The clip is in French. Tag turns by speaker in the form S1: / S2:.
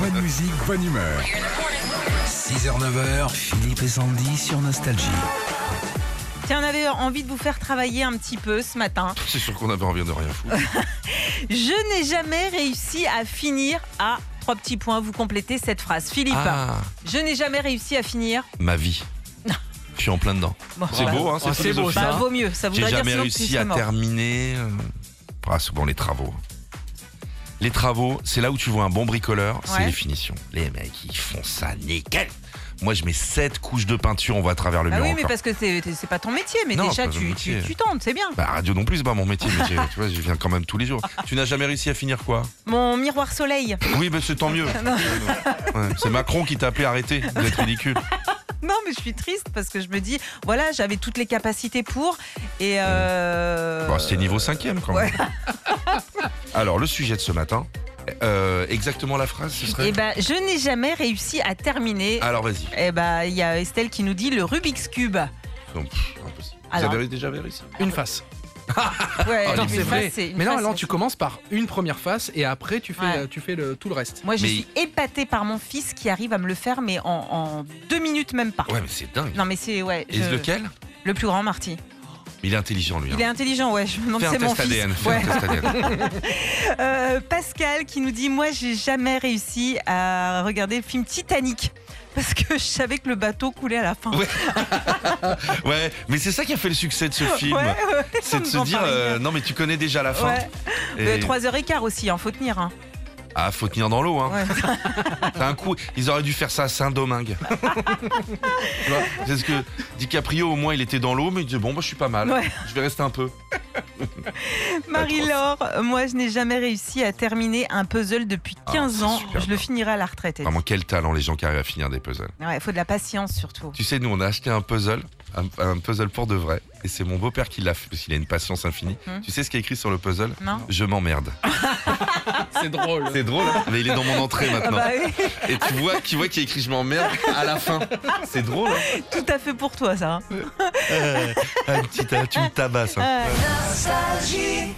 S1: Bonne musique, bonne humeur. 6h, 9h, Philippe et Sandy sur Nostalgie.
S2: Tiens, on avait envie de vous faire travailler un petit peu ce matin.
S3: C'est sûr qu'on avait envie de rien foutre.
S2: Je n'ai jamais réussi à finir à trois petits points. Vous complétez cette phrase. Philippe,
S3: Ah,
S2: je n'ai jamais réussi à finir.
S3: ma vie. Je suis en plein dedans.
S2: Bon,
S3: C'est
S2: bah,
S3: beau, hein
S4: Ah, c'est beau,
S3: philosophique.
S4: ça.
S2: bah, vaut mieux. Ça
S3: J'ai
S2: voudrait dire
S3: jamais
S2: sinon que tu
S3: réussi
S2: serais
S3: à
S2: mort.
S3: terminer. euh, Ah, souvent les travaux. Les travaux, c'est là où tu vois un bon bricoleur, c'est
S2: Ouais.
S3: les finitions. Les mecs, ils font ça nickel. Moi, je mets 7 couches de peinture, on va à travers le
S2: Bah
S3: mur
S2: oui, mais
S3: encore.
S2: parce que c'est c'est pas ton métier, mais
S3: Non,
S2: déjà
S3: c'est pas
S2: tu,
S3: mon
S2: tu-
S3: métier.
S2: tu tentes, c'est bien.
S3: Bah, radio non plus, c'est pas mon métier, mais tu tu vois, j'y viens quand même tous les jours. Tu n'as jamais réussi à finir quoi
S2: Mon miroir soleil.
S3: Oui, bah, c'est tant mieux. Ouais, c'est Macron qui t'a appelé à arrêter, vous êtes ridicule.
S2: Non, mais je suis triste parce que je me dis, voilà, j'avais toutes les capacités pour. Et. euh,
S3: Bon, c'était niveau 5ème quand même. Alors, le sujet de ce matin, euh, exactement la phrase, ce serait.
S2: Eh ben, je n'ai jamais réussi à terminer.
S3: Alors, vas-y.
S2: Eh ben, il y a Estelle qui nous dit le Rubik's Cube.
S3: Donc, pff, impossible.
S2: Alors.
S3: Vous avez déjà réussi
S4: Une face.
S2: Ouais,
S3: Ah,
S4: Attends,
S2: une
S4: c'est vrai.
S2: face, c'est- une euh,
S4: Mais non,
S2: face,
S4: non,
S2: c'est-
S4: tu commences par une première face et après tu fais,
S2: Ouais.
S4: euh, tu fais le, tout le reste.
S2: Moi, je
S3: Mais-
S2: suis épatée par mon fils qui arrive à me le faire, mais en, en deux minutes même pas.
S3: Ouais, mais c'est dingue.
S2: Non, mais c'est ouais.
S3: Et
S2: je-
S3: lequel
S2: Le plus grand, Marty.
S3: Il est intelligent, lui.
S2: Il est
S3: hein.
S2: intelligent, ouais. Je me demande
S3: Fais
S2: si
S3: un
S2: c'est mon
S3: test
S2: fils.
S3: ADN. Fais
S2: Ouais.
S3: un test ADN.
S2: Euh, Pascal qui nous dit moi, j'ai jamais réussi à regarder le film Titanic parce que je savais que le bateau coulait à la fin.
S3: Ouais, Ouais, mais c'est ça qui a fait le succès de ce film.
S2: ouais, ouais,
S3: C'est de
S2: nous
S3: se
S2: en
S3: dire,
S2: parlait
S3: euh, non, mais tu connais déjà la
S2: hier.
S3: fin.
S2: Ouais.
S3: Et-
S2: Euh, 3h15 aussi, hein, faut tenir. hein.
S3: Ah, faut tenir dans l'eau, hein.
S2: Ouais.
S3: C'est un coup, ils auraient dû faire ça à Saint-Domingue. Tu vois, c'est ce que DiCaprio, au moins, il était dans l'eau, mais il disait, bon, bah, je suis pas mal.
S2: Ouais.
S3: Je vais rester un peu.
S2: Marie-Laure, moi je n'ai jamais réussi à terminer un puzzle depuis
S3: Ah,
S2: 15
S3: c'est Bah,
S2: ans.
S3: super
S2: Je le
S3: bien.
S2: finirai à la retraite.
S3: Vraiment, Ah, quel talent les gens qui arrivent à finir des puzzles.
S2: Il faut de la patience surtout.
S3: Tu sais, nous, on a acheté un puzzle, un, un puzzle pour de vrai, et c'est mon beau-père qui l'a fait, parce qu'il a une patience infinie.
S2: Mhm.
S3: Tu sais ce qui est écrit sur le puzzle
S2: Non
S3: Je m'emmerde.
S4: C'est drôle.
S3: C'est drôle, hein. mais il est dans mon entrée
S2: Ah
S3: maintenant.
S2: bah oui,
S3: Et tu vois qui voit qui a écrit Je m'emmerde à la fin. C'est drôle. hein
S2: tout à fait pour toi ça. hein.
S3: Euh, un petit, tu me tabasses. hein.
S2: Euh,